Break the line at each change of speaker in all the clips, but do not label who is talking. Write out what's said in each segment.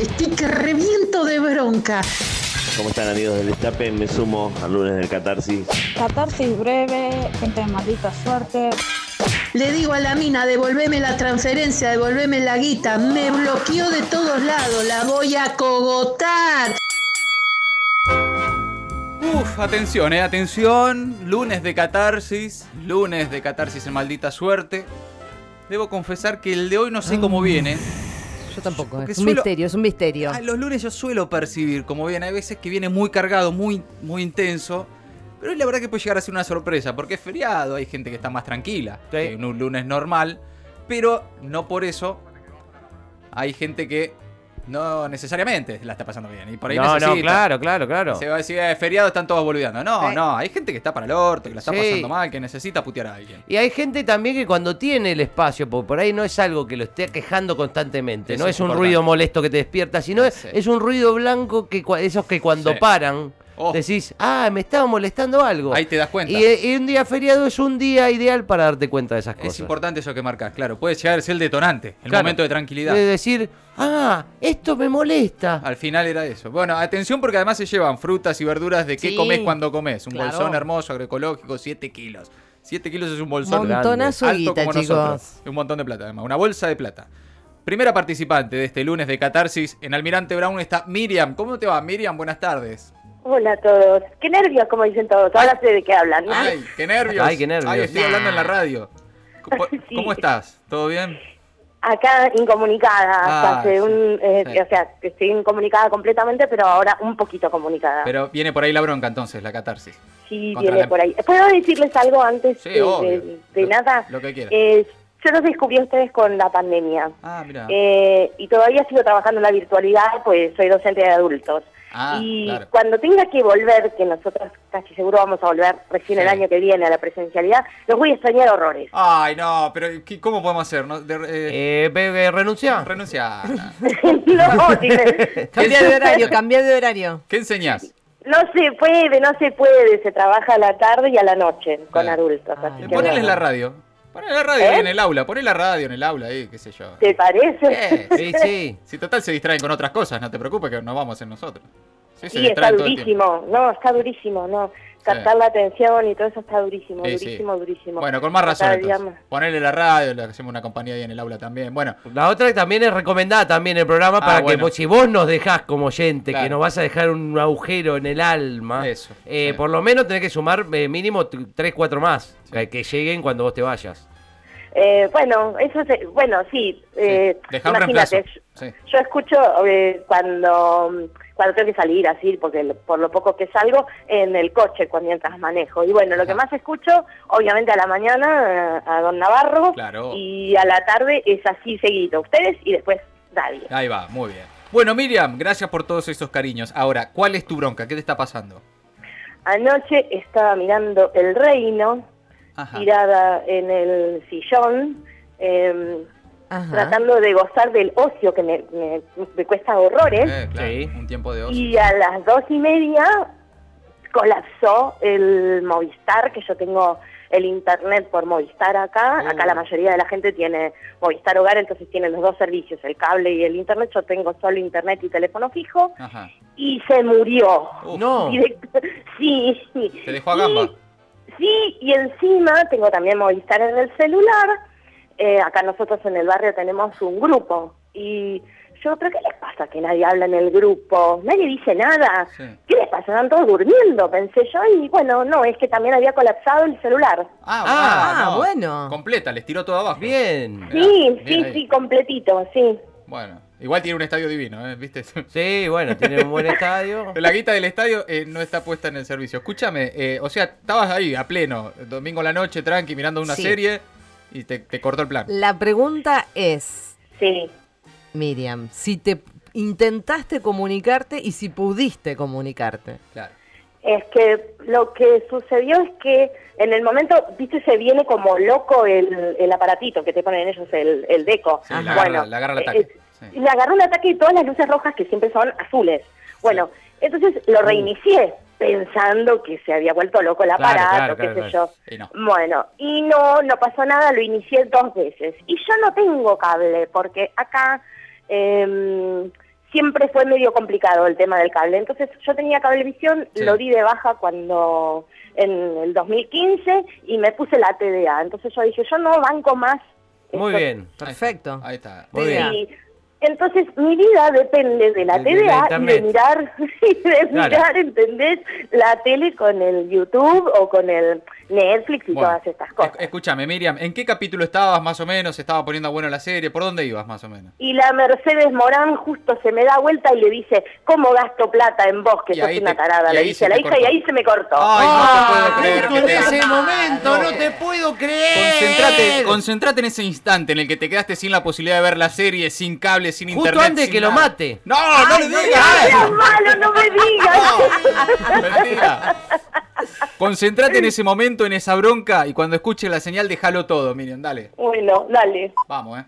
Estoy que reviento de bronca.
¿Cómo están amigos del Destape? Me sumo al lunes del Catarsis.
Catarsis breve, gente de maldita suerte.
Le digo a la mina, devolveme la transferencia, devolveme la guita. Me bloqueó de todos lados, la voy a cogotar.
Uf, atención, eh, atención. Lunes de catarsis, lunes de catarsis en maldita suerte. Debo confesar que el de hoy no sé
Mm.
cómo viene.
Yo tampoco,
Porque
es un
suelo-
misterio, es un misterio.
Ah, los lunes yo suelo percibir como viene. Hay veces que viene muy cargado, muy, muy intenso. Pero hoy la verdad que puede llegar a ser una sorpresa, porque es feriado, hay gente que está más tranquila que en un lunes normal. Pero no por eso hay gente que no necesariamente la está pasando bien. Y por ahí
No, no,
necesita.
claro, claro, claro.
Se va a decir, "Eh, feriado están todos boludeando. No,
Sí.
no, hay gente que está para el orto, que la está
Sí.
pasando mal, que necesita putear a alguien.
Y hay gente también que cuando tiene el espacio, porque por ahí no es algo que lo esté quejando constantemente,
Eso
no
es
es un
importante.
ruido molesto que te despierta, sino es-
Sí.
es, un ruido blanco que cua- esos que cuando
Sí.
paran
Oh.
decís, ah, me estaba molestando algo.
Ahí te das cuenta.
Y, eh, y un día feriado es un día ideal para darte cuenta de esas cosas.
Es importante eso que marcas, claro. Puede llegar a ser el detonante, el
Claro.
momento de tranquilidad.
De decir, ah, esto me molesta.
Al final era eso. Bueno, atención porque además se llevan frutas y verduras de qué
Sí.
comes cuando comes. Un
Claro.
bolsón hermoso, agroecológico, 7 kilos. 7 kilos es un bolsón
Montonazo de
alto
guita,
como
chicos.
nosotros. Un montón de plata, además. Una bolsa de plata. Primera participante de este lunes de Catarsis en Almirante Brown está Miriam. ¿Cómo te va, Miriam? Buenas tardes.
Hola a todos. Qué nervios, como dicen todos. Ahora sé de qué hablan. ¿no?
Ay, qué nervios.
Ay, qué nervios.
Ay, estoy hablando en la radio. ¿Cómo,
Sí.
cómo estás? ¿Todo bien?
Acá incomunicada.
Ah,
hace
sí.
un, eh,
Sí.
O sea, que estoy incomunicada completamente, pero ahora un poquito comunicada.
Pero viene por ahí la bronca entonces, la catarsis.
sí,
contra
viene
la-
por ahí. ¿Puedo decirles algo antes
Sí,
de,
obvio.
de- de
Lo-
nada?
lo que quieras.
Eh, yo los descubrí a ustedes con la pandemia.
Ah, mira.
Eh, y todavía sigo trabajando en la virtualidad, pues soy docente de adultos.
Ah,
y
claro.
cuando tenga que volver, que nosotros casi seguro vamos a volver recién el
Sí.
año que viene a la presencialidad, los voy a extrañar horrores.
Ay, no, pero ¿qué- ¿cómo podemos hacer? No, De- eh,
Eh, ve- eh, renunciá.
renuncia.
no, tiene-
Cambia de horario, cambia de horario.
¿Qué enseñás?
No se puede, no se puede. Se trabaja a la tarde y a la noche con
Claro.
adultos.
Ah.
así que
Ponele
bueno.
Eh, la radio. Ponele la radio
¿Eh?
ahí en el aula. Ponele la radio en el aula ahí, qué sé yo.
¿Te parece?
Eh,
Sí, sí.
Si total se distraen con otras cosas, no te preocupes que no vamos a ser nosotros. Sí,
sí, está
todo el tiempo.
durísimo. No, está durísimo. No, captar la atención y todo eso está durísimo,
Sí, sí.
durísimo, durísimo.
Bueno, con más razón.
Cada
entonces.
día más.
Ponele la radio, le hacemos una compañía ahí en el aula también. Bueno,
La otra que también es recomendada también el programa
Ah,
para que
bueno.
vos- si vos nos dejás como oyente,
Claro.
que nos vas a dejar un agujero en el alma,
Eso,
eh,
sí.
por lo menos tenés que sumar eh, mínimo 3, 4 más que, que lleguen cuando vos te vayas.
Eh, bueno, eso se- bueno, sí. eh,
deja un
imagínate,
reemplazo.
yo-
Sí.
yo escucho eh, cuando cuando tengo que salir así, porque lo- por lo poco que salgo en el coche cuando mientras manejo. Y bueno, lo que
Ajá.
más escucho, obviamente a la mañana eh, a a don Navarro
Claro.
y a la tarde es así seguido, ustedes y después nadie.
ahí va, muy bien. Bueno, Miriam, gracias por todos esos cariños. Ahora, ¿cuál es tu bronca? ¿Qué te está pasando?
Anoche estaba mirando El Reino,
Ajá.
tirada en el sillón. em,
Ajá.
tratando de gozar del ocio que me, me- me cuesta horrores.
Eh, claro,
Sí.
Un tiempo de ocio.
Y a las dos y media colapsó el Movistar, que yo tengo el internet por Movistar acá.
Oh.
Acá la mayoría de la gente tiene Movistar Hogar, entonces tiene los dos servicios, el cable y el internet. Yo tengo solo internet y teléfono fijo.
Ajá.
Y se murió.
Uf,
no,
Directo- Sí, sí.
Te dejó a gamba.
Y- sí, y encima tengo también Movistar en el celular. Eh, acá nosotros en el barrio tenemos un grupo. Y yo, ¿pero qué les pasa que nadie habla en el grupo? Nadie dice nada.
Sí.
¿Qué les pasa? Están todos durmiendo, pensé yo. Y bueno, no, es que también había colapsado el celular.
Ah,
Ah,
no.
bueno.
Completa, les tiró todo abajo.
bien.
Mirá,
sí,
bien
sí,
ahí.
sí, completito, sí.
Bueno, igual tiene un estadio divino, ¿eh? ¿viste?
Sí, bueno, tiene un buen estadio.
La guita del estadio eh, no está puesta en el servicio. Escúchame, eh, o sea, estabas ahí a pleno, domingo a la noche, tranqui, mirando una
Sí.
serie y te, te cortó el plan.
La pregunta es,
Sí.
Miriam, si te intentaste comunicarte y si pudiste comunicarte.
Claro.
Es que lo que sucedió es que en el momento, viste, se viene como loco el, el aparatito que te ponen ellos, el, el deco. eh,
Sí, le agarra- le agarra el ataque, sí.
Le agarró un ataque y todas las luces rojas que siempre son azules. Bueno, entonces lo
Uh.
reinicié pensando que se había vuelto loco el
Claro,
aparato,
claro,
qué
claro,
sé
claro.
yo.
Y no.
Bueno, y no, no pasó nada, lo inicié dos veces. Y yo no tengo cable, porque acá em, siempre fue medio complicado el tema del cable. Entonces yo tenía cablevisión,
Sí.
lo di de baja cuando en el 2015 y me puse la TDA. Entonces yo dije, yo no banco más.
Muy
esto.
bien.
Perfecto.
Ahí está.
Muy
Sí.
bien.
Y entonces mi vida depende de la
De- de la
TDA y de
internet.
mirar, y de
Claro.
mirar, ¿entendés? La tele con el YouTube o con el Netflix y
Bueno,
todas estas cosas.
esc- Escúchame, Miriam, ¿en qué capítulo estabas más o menos? ¿Estaba poniendo bueno la serie? ¿Por dónde ibas más o menos?
Y la Mercedes Morán justo se me da vuelta y le dice, ¿cómo gasto plata en vos, que
Y
sos
ahí
una
te-
tarada?
y
Le
ahí
dice
se
a la
te
hija
cortó.
y ahí se me cortó.
Ay,
Ah,
no te puedo
Nico,
creer.
en
que te-
ese momento, no te puedo creer.
Concentrate, concentrate en ese instante en el que te quedaste sin la posibilidad de ver la serie, sin cable, sin
Justo
internet.
antes
sin
que lo
nada.
mate.
No, no le
¡Ay,
digas.
Dios malo, no me digas!
No, mentira. Concentrate en ese momento, en esa bronca, y cuando escuches la señal, déjalo todo, Miriam, dale.
bueno, dale.
Vamos, eh.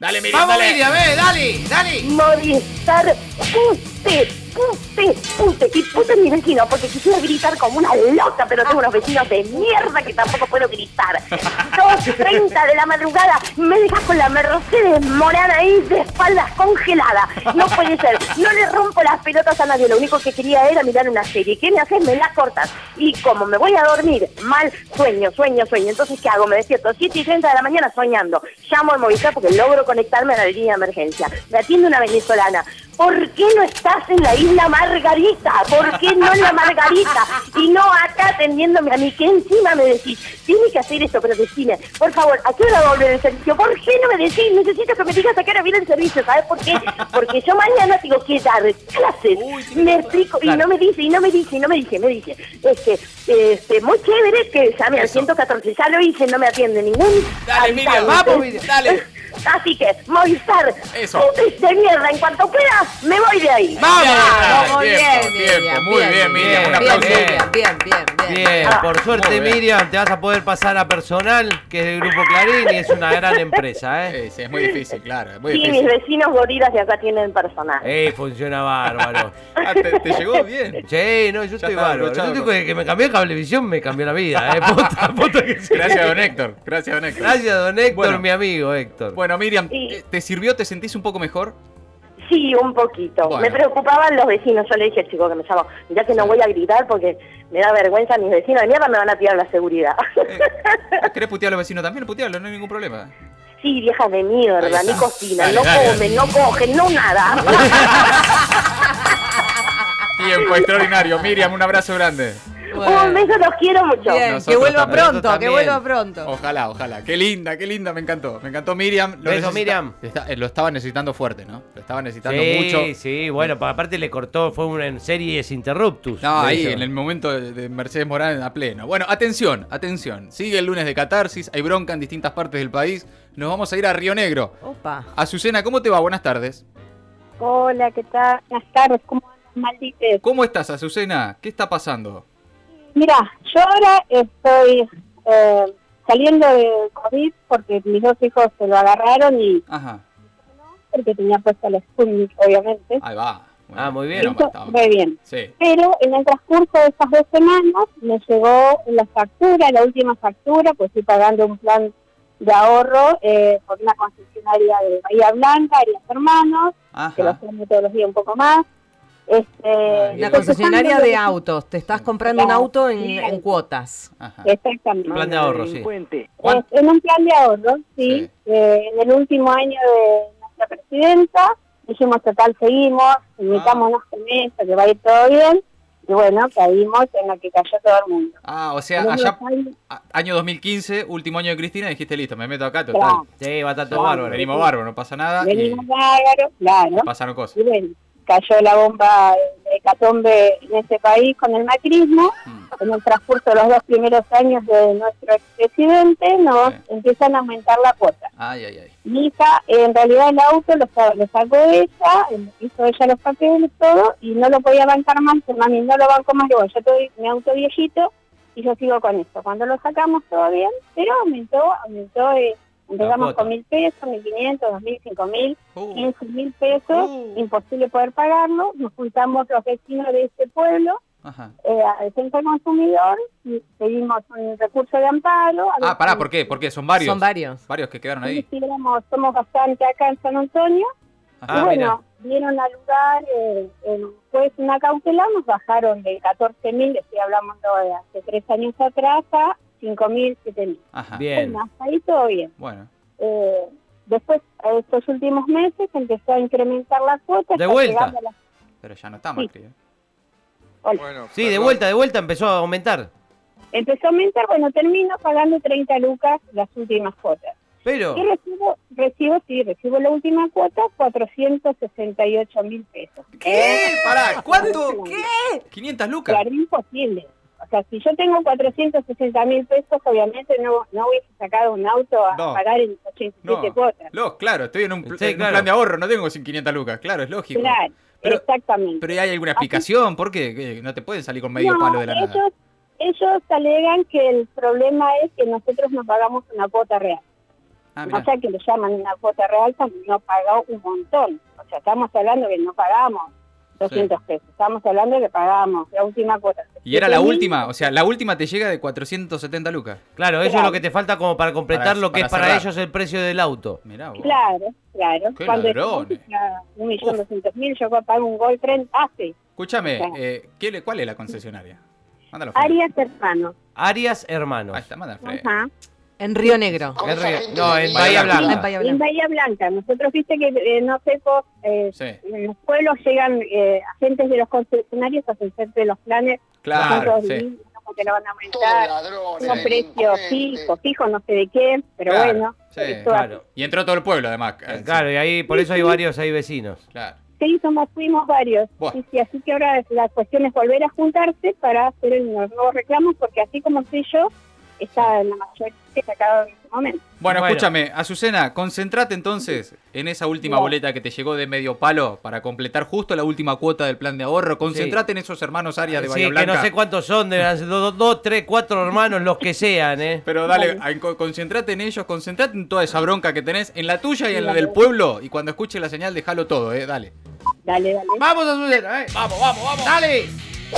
Dale, Miriam,
Vamos,
dale.
Miriam, eh, dale, dale.
Movistar, pute, pute, pute, que pute mi vecino, porque quisiera gritar como una loca, pero tengo unos vecinos de mierda que tampoco puedo gritar. 2.30 de la madrugada, me dejas con la Mercedes Morán ahí de espaldas congelada. No puede ser, no le rompo las pelotas a nadie, lo único que quería era mirar una serie. ¿Qué me haces? Me la cortas. Y como me voy a dormir mal, sueño, sueño, sueño. Entonces, ¿qué hago? Me despierto 7 y 30 de la mañana soñando. Llamo al Movistar porque logro conectarme a la línea de emergencia. Me atiende una venezolana. ¿Por qué no estás en la isla Margarita? ¿Por qué no en la Margarita? Y no acá atendiéndome a mí, que encima me decís, tienes que hacer esto, pero decime, por favor, ¿a qué hora va a volver el servicio? ¿Por qué no me decís? Necesito que me digas a qué hora viene el servicio, ¿sabes por qué? Porque yo mañana tengo que dar clases. me explico, y
Claro.
no me dice, y no me dice, y no me dice, me dice, este, este, muy chévere que llame al
Eso.
114, ya lo hice, no me atiende ningún.
Dale,
avisado.
Miriam, vamos, Miriam, dale.
Así que, Movistar,
Eso.
putes de mierda, en cuanto pueda, me voy de ahí.
Ah,
Vamos,
muy
Tiempo, tiempo. Muy bien, Miriam,
un
bien,
aplauso.
Miriam, bien, bien, bien.
Bien, por suerte,
Muy bien.
Miriam, te vas a poder pasar a personal, que es del Grupo Clarín y es una gran empresa, ¿eh?
Eh, sí, es muy difícil, claro. Es muy
Sí, mis
difícil.
vecinos gorilas de acá tienen personal.
Eh, funciona bárbaro.
Ah, te, te llegó bien.
Che, no, yo estoy
está,
bárbaro. Yo
abrochado.
estoy con el que me cambió cablevisión, me cambió la vida, ¿eh? Posta, posta que sí.
Gracias, don Héctor. Gracias, don Héctor.
Gracias, don Héctor,
Bueno.
mi amigo Héctor.
Bueno, Miriam, eh,
Sí.
¿te- ¿te sirvió? ¿Te sentís un poco mejor?
Sí, un poquito.
Bueno.
Me preocupaban los vecinos. Yo le dije al chico que me llamó, ya que no voy a gritar porque me da vergüenza, mis vecinos de mierda me van a tirar la seguridad.
Eh, ¿Querés putear a los vecinos también? Putealo, no hay ningún problema.
sí, viejas de mierda,
Ahí está.
ni cocinan,
Dale,
no
dale,
comen, no cogen, no nada.
Tiempo extraordinario. Miriam, un abrazo grande.
Bueno.
un beso, los quiero mucho.
Bien, que
Nosotros
vuelva
también.
pronto, que
Nosotros
vuelva
también.
pronto.
Ojalá, ojalá. Qué linda, qué linda, me encantó. Me encantó Miriam.
Beso,
necesita-
Miriam.
está- eh, lo estaba necesitando fuerte, ¿no? Lo estaba necesitando
sí,
mucho.
sí, bueno, pa- aparte le cortó, fue una serie interruptus.
No,
de
ahí,
eso.
en el momento de de Mercedes Morán a pleno. Bueno, atención, atención. Sigue el lunes de catarsis, hay bronca en distintas partes del país. Nos vamos a ir a Río Negro.
Opa.
Azucena, ¿cómo te va? Buenas tardes.
Hola, ¿qué tal? Buenas tardes, ¿cómo andas, maldites?
¿Cómo estás, Azucena? ¿Qué está pasando?
Mira, yo ahora estoy eh, saliendo de COVID porque mis dos hijos se lo agarraron y
Ajá,
porque tenía puesta la Sputnik, obviamente.
ahí va. Bueno,
Ah, muy bien.
menos mal
Eso,
estaba.
muy bien.
Sí,
Pero en el transcurso de esas dos semanas me llegó la factura, la última factura, pues estoy pagando un plan de ahorro eh, por una concesionaria de Bahía Blanca, Arias Hermanos, que lo
ajá.
hacemos todos los días un poco más. Este,
Ah, La concesionaria de
auto.
autos. Te estás comprando un auto en, en cuotas.
ajá.
Exactamente.
Plan de ahorro, sí.
¿Cuán-
Es- en un plan de ahorro, sí.
Sí.
Eh, en el último año de nuestra presidenta, dijimos total, seguimos, invitámonos con esto, que va a ir todo bien. Y bueno, caímos en la que cayó todo el mundo.
Ah, o sea,
En unos
allá
años,
a- año 2015, último año de Cristina, dijiste listo, me meto acá, total.
claro,
Sí, va a estar todo
Bárbaro,
bárbaro.
Ah, venimos bárbaro, no pasa nada. Y
venimos bárbaros, claro.
pasaron cosas.
Y bueno, cayó la bomba de catombe en este país con el macrismo.
Mm.
en el transcurso de los dos primeros años de nuestro expresidente, nos
Sí.
empiezan a aumentar la cuota.
Ay, ay, ay.
Mi hija, en realidad el auto lo, sa- lo sacó ella, hizo ella los papeles, todo, y no lo podía bancar más, dice, mami, no lo banco más, digo, yo te doy mi auto viejito y yo sigo con esto. Cuando lo sacamos todo bien, pero aumentó, aumentó, eh, empezamos
cuota.
con mil pesos, mil quinientos, dos mil, cinco mil,
Uh,
15 mil pesos,
Uh.
imposible poder pagarlo, nos juntamos los vecinos de este pueblo
ajá.
eh, a defensa del consumidor y pedimos un recurso de amparo. A ver
Ah, pará,
si-
¿por qué? ¿Por qué? Son varios.
Son varios.
Varios que quedaron
si
ahí.
logramos- somos bastante acá en San Antonio.
Ah,
Ajá.
y bueno,
dieron al lugar eh, el juez una cautelar, nos bajaron de 14.000, estoy hablando de hace tres años atrás, a 5.000, 7.000.
Ajá.
Ah, Bien.
Bueno, hasta ahí todo bien.
Bueno,
Eh, después, a estos últimos meses, empezó a incrementar la cuota.
De
hasta
vuelta.
llegando a la-
pero ya no está Macri. ¿eh?
Bueno,
Sí, de
perdón.
vuelta, de vuelta empezó a aumentar.
Empezó a aumentar, bueno, termino pagando 30 lucas las últimas cuotas.
Pero,
Y recibo, recibo, sí, recibo la última cuota, 468 mil pesos.
¿Qué? Pará, ¿cuánto?
¿Qué?
500 lucas.
Claro, imposible. O sea, si yo tengo 460 mil pesos, obviamente no, no hubiese sacado un auto a
No.
pagar en 87
No.
cuotas.
Lo, claro, estoy en un, pl-
Sí,
en un
claro.
plan de ahorro, no tengo 500 lucas, claro, es lógico.
Claro,
Pero-
exactamente.
Pero ¿hay alguna explicación? ¿Por qué? ¿Qué? No te pueden salir con medio
No,
palo de la
ellos,
nada.
ellos alegan que el problema es que nosotros no pagamos una cuota real.
Ah,
o
mirá.
sea, que le llaman una cuota real cuando no pagó un montón. O sea, estamos hablando que no pagamos 200 pesos. Estamos hablando que pagamos la última cuota.
Y era la
7.000.
última, o sea, la última te llega de 470 lucas.
claro, eso es
claro.
lo que te falta como para completar
Para-
lo que
para
es para
cerrar.
ellos el precio del auto.
Mirá vos.
Claro, claro.
Qué
Cuando
ladrones.
es un millón doscientos mil, yo pago un gol tren hace.
Escúchame,
Claro.
eh, ¿qué le- ¿cuál es la concesionaria? Mándalo fuera.
Arias Hermano.
Arias Hermanos.
Ahí está, manda fuera.
Ajá.
En Río Negro.
En Río- no, en
Bahía
Bahía Blanca.
En Bahía
En
Blanca.
Bahía Blanca. Nosotros viste que eh, no sé po- eh,
Sí,
en los pueblos llegan eh, agentes de los concesionarios a hacerte los planes,
claro,
los
sí.
que lo van a aumentar, un precio fijo, fijo no sé de qué, pero
Claro,
bueno,
sí,
esto-
Claro,
Y entró todo el pueblo, además. eh, sí.
claro, y ahí por eso hay varios ahí vecinos.
Claro.
sí, somos, fuimos varios.
Bueno.
Y sí, así que ahora la cuestión es volver a juntarse para hacer el nuevo reclamo, porque así como estoy yo, está la mayoría sacada en este momento.
Bueno,
Bueno.
escúchame, Azucena, concentrate entonces en esa última
Bien.
boleta que te llegó de medio palo para completar justo la última cuota del plan de ahorro. Concentrate en esos hermanos Arias de
Eh, Sí,
Bahía
que
Blanca.
no sé cuántos son, de las- do- do- dos, tres, cuatro hermanos, los que sean, ¿eh?
Pero dale, a- co- concentrate en ellos, concentrate en toda esa bronca que tenés, en la tuya y en la del pueblo. Y cuando escuche la señal, déjalo todo, eh, dale.
Dale, dale.
Vamos a suceder, vamos, vamos, vamos. Dale.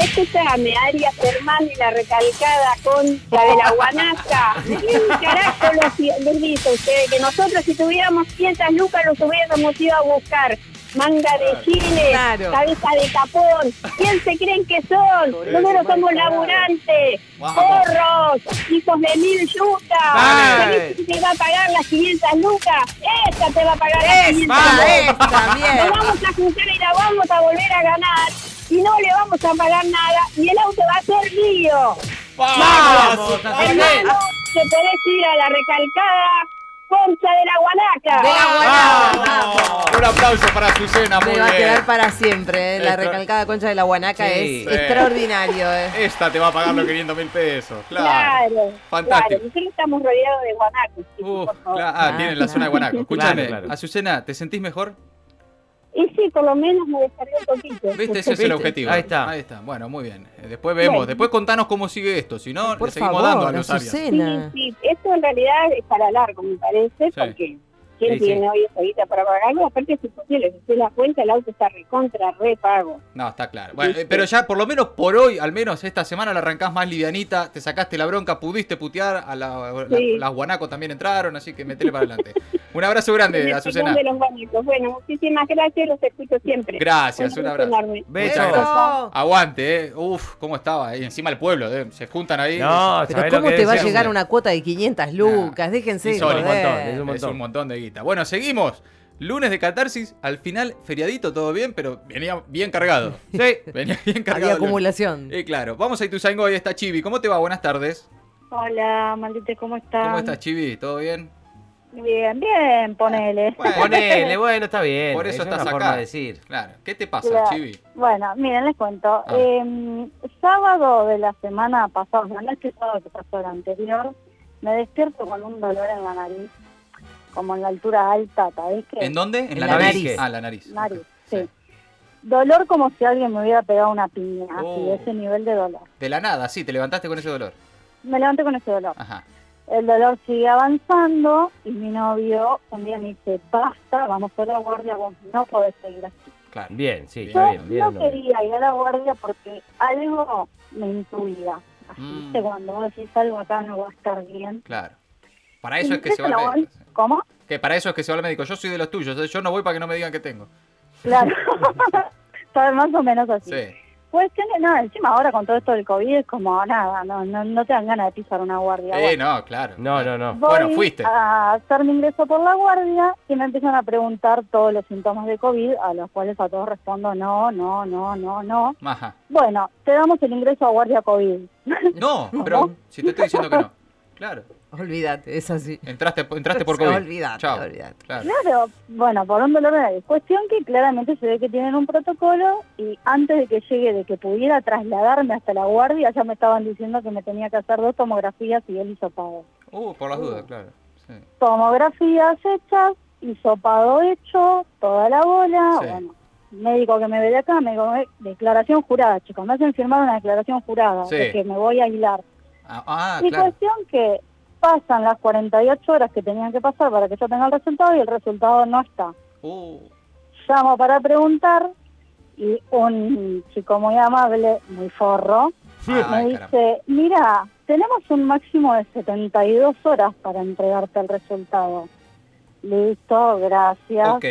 Escúchame, Arias Hermano y la recalcada concha de la guanaca. ¿Quién carajo los, les dice a ustedes que nosotros si tuviéramos 500 lucas los hubiéramos ido a buscar? Manga de chile,
Claro.
cabeza de capón. ¿Quién se creen que son? Nosotros somos laburantes,
Vamos.
porros, hijos de mil yucas.
Dale.
¿Sabés quién te va a pagar las 500 lucas? Esta te va a pagar las 500
vamos.
lucas.
también.
Nos vamos a juntar y la vamos a volver a ganar. Y no le vamos a pagar nada. Y el auto va a ser mío.
Vamos, Azucena.
Hermano, te podés ir a la recalcada concha de la guanaca.
De la guanaca.
Vamos.
Un aplauso para Azucena, muy
Me va a
bien.
quedar para siempre. eh. La
Esto-
recalcada concha de la guanaca
Sí.
es
Sí.
extraordinario. eh.
Esta te va a pagar los 500 mil pesos, claro.
Claro,
Fantástico.
claro. Nosotros estamos rodeados de guanacos. chicos,
Uf,
por favor.
claro, Ah,
Ah,
tienen la zona de Guanaco. Escúchame,
Claro, claro.
Azucena, ¿te sentís mejor?
Y sí, por lo menos me descargué un poquito.
¿Viste? Ese es el
¿Viste?
objetivo.
Ahí está.
Ahí está. Bueno, muy bien. Eh, Después vemos.
Bueno.
Después contanos cómo sigue esto. Si no,
Por
le seguimos
favor,
dando a los Arias.
Sí,
Azucena.
sí. Esto en realidad es para largo, me parece, porque... ¿Quién
Sí, sí.
tiene hoy esa guita para pagarlo? Aparte es imposible, si usted la cuenta, el auto está recontra, repago.
No, está claro. Bueno,
Este-
eh, pero ya, por lo menos por hoy, al menos esta semana la arrancás más livianita. Te sacaste la bronca, pudiste putear. A la- la-
Sí.
las Guanaco también entraron, así que metele para adelante. Un abrazo grande,
En el Rincón
Azucena.
de los Guanicos. Bueno, muchísimas gracias, los escucho siempre.
Gracias, un abrazo.
enorme.
Beso.
Muchas gracias.
Oh,
Aguante, eh. Uf, cómo estaba. ahí encima el pueblo, eh, se juntan ahí.
No,
Pero
¿sabés lo
¿cómo
que
te
es
va a
eso?
llegar una cuota de 500 lucas? Déjense
Y son un
joder.
montón, es un
Es un montón de guita. Bueno, seguimos. Lunes de catarsis, al final feriadito, todo bien, pero venía bien cargado.
Sí.
Venía bien cargado.
Había
el lunes.
acumulación.
Eh, claro, vamos a Ituzaingó, ahí está Chivi. ¿Cómo te va? Buenas tardes.
Hola, maldita, ¿cómo estás?
¿Cómo estás, Chivi? ¿Todo bien?
Bien, bien, ponele.
Bueno,
Ponele, bueno, está bien.
Por eso
es
estás acá.
una forma de decir.
claro. ¿Qué te pasa,
Claro.
Chivi?
Bueno, miren, les cuento.
Ah.
Eh, sábado de la semana pasada, o sea, no este sábado que pasó el anterior, me despierto con un dolor en la nariz, como en la altura alta, ¿sabés qué?
¿En dónde? En,
la nariz.
Ah, la nariz.
Nariz,
Ok,
sí. Dolor como si alguien me hubiera pegado una piña, así,
Oh.
ese nivel de dolor.
De la nada, sí, te levantaste con ese dolor.
Me levanté con ese dolor.
Ajá.
El dolor sigue avanzando y mi novio un día me dice, basta, vamos a la guardia, vos no podés seguir así.
Claro.
Bien, sí,
Yo
está bien. bien,
no
bien.
quería ir a la guardia porque algo me intuía. Así
Mm.
que cuando vos decís algo acá no va a estar bien.
Claro. Para eso es que
Entonces
se va
la
al
guardia-
médico.
¿Cómo?
Que para eso es que se va al médico. Yo soy de los tuyos, yo no voy para que no me digan que tengo.
Claro. Todo más o menos así.
Sí.
Pues que no, encima ahora con todo esto del COVID es como nada, no, no, no te dan ganas de pisar una guardia.
Eh, no, claro.
No, no, no.
Voy
Bueno, fuiste.
a hacer mi ingreso por la guardia y me empiezan a preguntar todos los síntomas de COVID, a los cuales a todos respondo no, no, no, no, no.
Ajá.
Bueno, te damos el ingreso a guardia COVID.
No, pero si te estoy diciendo que no. Claro.
Olvídate, es así.
Entraste, entraste por COVID.
Olvídate,
Chao.
olvídate.
Claro.
Claro, bueno, por un dolor de nariz. Cuestión que claramente se ve que tienen un protocolo y antes de que llegue, de que pudiera trasladarme hasta la guardia, ya me estaban diciendo que me tenía que hacer dos tomografías y el hisopado.
Uh, por las dudas, claro. Sí.
Tomografías hechas, hisopado hecho, toda la bola,
Sí.
bueno. Médico que me ve de acá, me digo, "Eh, declaración jurada, chicos, me hacen firmar una declaración jurada,
Sí.
de que me voy a aislar.
Ah, ah,
y
claro.
cuestión que pasan las 48 horas que tenían que pasar para que yo tenga el resultado y el resultado no está.
Uh,
llamo para preguntar y un chico muy amable, muy forro, me
ay, caramba.
dice, mira, tenemos un máximo de 72 horas para entregarte el resultado. Listo, gracias.
Ok.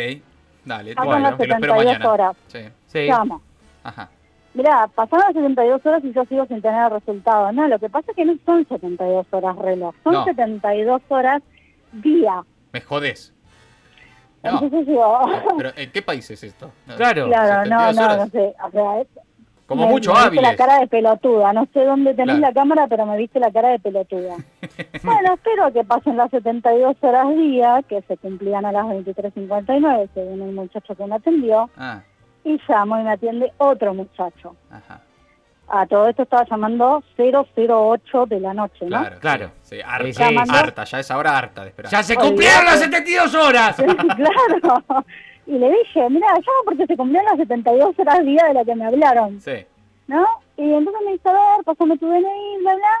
Dale,
Pasan
bueno,
las
te lo espero
72
mañana.
horas.
Sí.
Sí.
Llamo.
Ajá.
Mirá, pasaron las 72 horas y yo sigo sin tener el resultado. No, lo que pasa es que no son 72 horas reloj, son
No.
72 horas día.
Me jodés. No,
Entonces digo, "Oh,
pero ¿en qué país es esto? No,
Claro.
claro, no,
72
no,
horas.
no sé. O sea, es-
Como
Me-
mucho
me viste
hábiles.
la cara de pelotuda. No sé dónde tenés
Claro.
la cámara, pero me viste la cara de pelotuda. bueno, espero que pasen las 72 horas día, que se cumplían a las 23.59, según el muchacho que me atendió.
Ah,
Y llamo y me atiende otro muchacho.
ajá.
A Ah, todo esto estaba llamando 008 de la noche, ¿no?
Claro,
Claro.
Sí, sí, harta,
Sí, sí.
harta, ya es ahora harta de esperar.
¡Ya se cumplieron las 72 horas!
claro. Y le dije, mira, llamo porque se cumplieron las 72 horas día de la que me hablaron.
Sí.
¿no? Y entonces me dice, a ver, pasame tu DNI, bla, bla.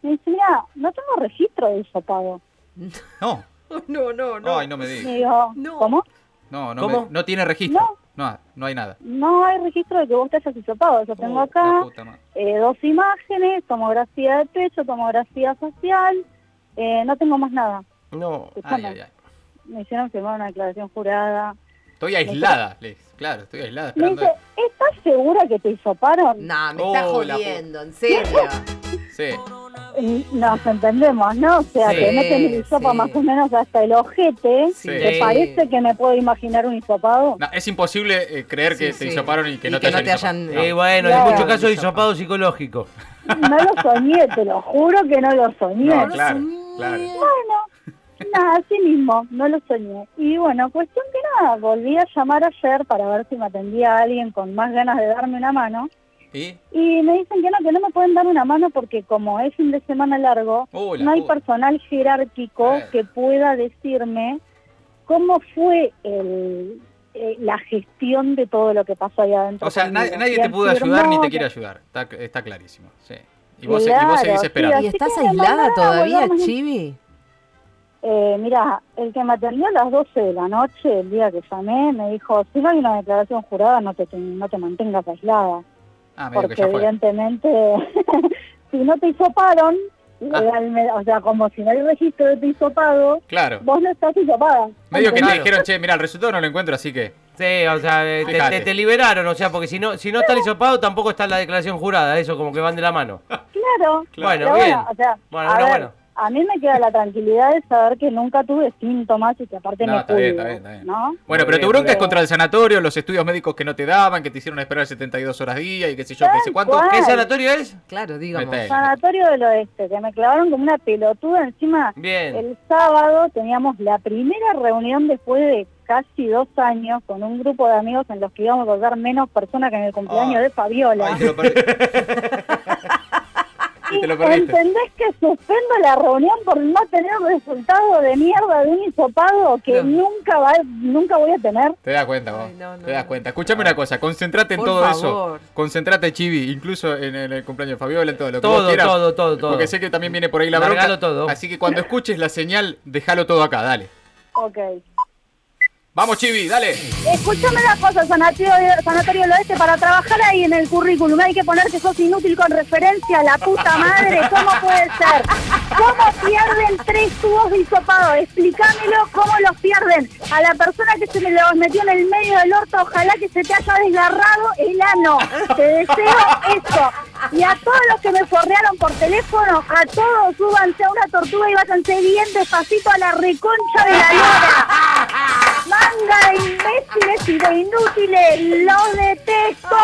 Me dice, mira, no tengo registro de hisopado.
No.
No, no, no.
Ay, no me
Me
digas.
digo,
No.
¿cómo?
No, no,
¿Cómo?
me- no tiene registro.
No.
No, no hay nada.
No hay registro de que vos te hayas hisopado. Yo tengo
Uh, la
acá
puta madre.
eh, dos imágenes, tomografía de pecho, tomografía facial. Eh, no tengo más nada.
No.
Ay,
Escúchame,
ay, ay.
me hicieron firmar una declaración jurada.
Estoy aislada, le- claro, estoy aislada
Me
esperando.
dice, ¿estás segura que te hisoparon?
No, me
Oh,
está
la
jodiendo, en serio.
Sí,
Eh, Nos entendemos, ¿no? O sea,
Sí,
te meten el hisopo
sí.
más o menos hasta el ojete.
Sí.
¿Te parece que me puedo imaginar un hisopado?
No, es imposible eh, creer que
Sí,
te
sí.
hisoparon y que
Y
no
que
te
no te
hayan
hayan-
hisopado.
Eh, bueno,
No.
en muchos casos hisopado psicológico.
No lo soñé, te lo juro que no lo soñé.
No,
No lo
claro,
soñé.
claro.
Nada, así mismo, no lo soñé. Y bueno, cuestión que nada, volví a llamar ayer para ver si me atendía alguien con más ganas de darme una mano.
¿Y?
Y me dicen que no, que no me pueden dar una mano porque como es fin de semana largo,
Uh, la
no hay
puta.
personal jerárquico
Eh.
que pueda decirme cómo fue el, eh, la gestión de todo lo que pasó ahí adentro.
O sea,
conmigo.
nadie, nadie
Quién
te pudo ayudar ni
firmó,
te quiere ayudar. Está, está clarísimo. Sí. Y vos, se- y
Claro,
vos seguís
sí,
esperando.
¿Y
Así
estás
que me
aislada
mandaron a
todavía,
volvernos-
Chibi?
Eh, mira, el que me atendió a las 12 de la noche, el día que llamé, me dijo, si no hay una declaración jurada, no te, ten- no te mantengas aislada,
Ah, medio que
porque
ya fue.
evidentemente, si no te hisoparon, Ah. legalme- o sea, como si no hay registro de tu hisopado,
Claro.
vos no estás hisopada.
Medio que te
Claro.
dijeron, che, mira, el resultado no lo encuentro, así que.
Sí, o sea, eh, te,
Fíjate.
te- te liberaron, o sea, porque si no, si no está el hisopado tampoco está la declaración jurada, eso como que van de la mano.
Claro,
Bueno,
pero
bien.
bueno, o sea,
Bueno,
a
bueno,
ver,
bueno.
a mí me queda la tranquilidad de saber que nunca tuve síntomas y que aparte
No,
me
está bien,
cuido,
está bien, está bien.
¿no?
Bueno, pero
bien,
tu bronca
muy
es
bien.
contra el sanatorio, los estudios médicos que no te daban, que te hicieron esperar 72 horas día y qué sé yo, qué sé cuánto.
cual.
¿Qué sanatorio es?
Claro, digamos.
Ahí está.
Sanatorio del Oeste, que me clavaron como una pelotuda encima.
Bien.
El sábado teníamos la primera reunión después de casi dos años con un grupo de amigos en los que íbamos a volver menos personas que en el cumpleaños
Ah.
de Fabiola.
Ay, te lo perdí. y te lo perdiste.
¿Entendés que suspendo la reunión por no tener resultado de mierda de un hisopado que nunca va, nunca voy a tener?
Te das cuenta, vos.
Ay, no, no,
te das
no.
cuenta. Escuchame una cosa, concentrate en
Por
todo
favor.
eso. Concentrate, Chibi, incluso en, en el cumpleaños de Fabiola, en todo lo que
Todo,
vos quieras.
todo, todo, todo.
Porque sé que también viene por ahí la
Largalo
bronca.
todo.
Así que cuando escuches la señal, déjalo todo acá, dale.
Ok.
Vamos, Chibi, dale.
Escúchame una cosa, sanatorio, sanatorio del Oeste, para trabajar ahí en el currículum hay que poner que sos inútil con referencia a la puta madre. ¿Cómo puede ser? ¿Cómo pierden tres tubos de hisopado? Explícamelo cómo los pierden. A la persona que se me los metió en el medio del orto, ojalá que se te haya desgarrado el ano. Te deseo eso. Y a todos los que me forrearon por teléfono, a todos súbanse a una tortuga y váyanse bien despacito a la reconcha de la lora. Manga de imbéciles y de inútiles, los detesto.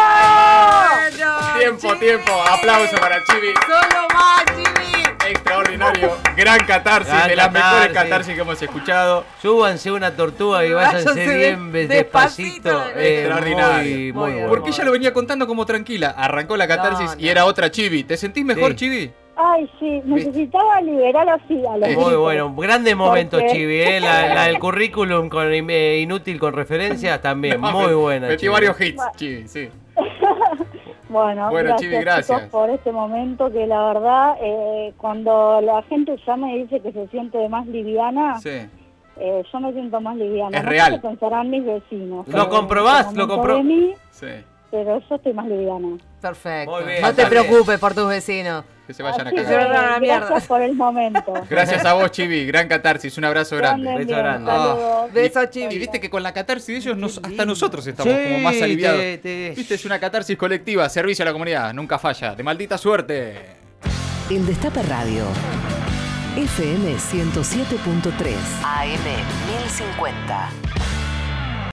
Tiempo, tiempo. Aplauso para Chibi.
¡Solo más, Jimmy!
Extraordinario. Gran catarsis,
Gran
de las mejores
catarsis.
catarsis que hemos escuchado.
Súbanse una tortuga y váyanse
Váyanse
bien
de-
despacito.
despacito.
Eh,
Extraordinario.
Muy
muy, muy
bien.
bueno.
Porque ella lo venía contando como tranquila. Arrancó la catarsis
No,
y
no.
era otra Chibi. ¿Te sentís mejor,
Sí.
Chibi?
Ay, sí, necesitaba liberar así a los
Eh,
Muy
gritos.
bueno, grandes momentos,
Porque-
Chibi. eh, La, la del currículum con in- eh, inútil con referencias también,
No,
muy
me-
buena.
Metí
Chibi.
varios hits, Chibi, sí.
Bueno,
Bueno,
gracias,
Chivi, gracias.
chicos, por este momento que la verdad, eh, cuando la gente ya me dice que se siente más liviana,
Sí.
eh, yo me siento más liviana.
Es
no
real.
sé qué pensarán mis vecinos.
Lo
Eh,
comprobás,
en
lo
el momento
compro-
de mí,
Sí.
pero yo estoy más liviana.
Perfecto.
Muy bien,
no te
está bien.
preocupes por tus vecinos.
Que se vayan a
Así que,
se van
cagar.
a la mierda.
gracias por el momento.
Gracias a vos, Chibi. Gran catarsis. Un abrazo grande. Ah.
Anden
beso
bien,
grande.
saludos.
Besos,
Y
Chibi.
viste que con la catarsis de ellos nos- hasta
lindo.
nosotros estamos como más
Sí,
aliviados.
te- te-
Viste, es una catarsis colectiva, servicio a la comunidad, nunca falla. De maldita suerte.
El Destape Radio. FM 107.3. AM 1050.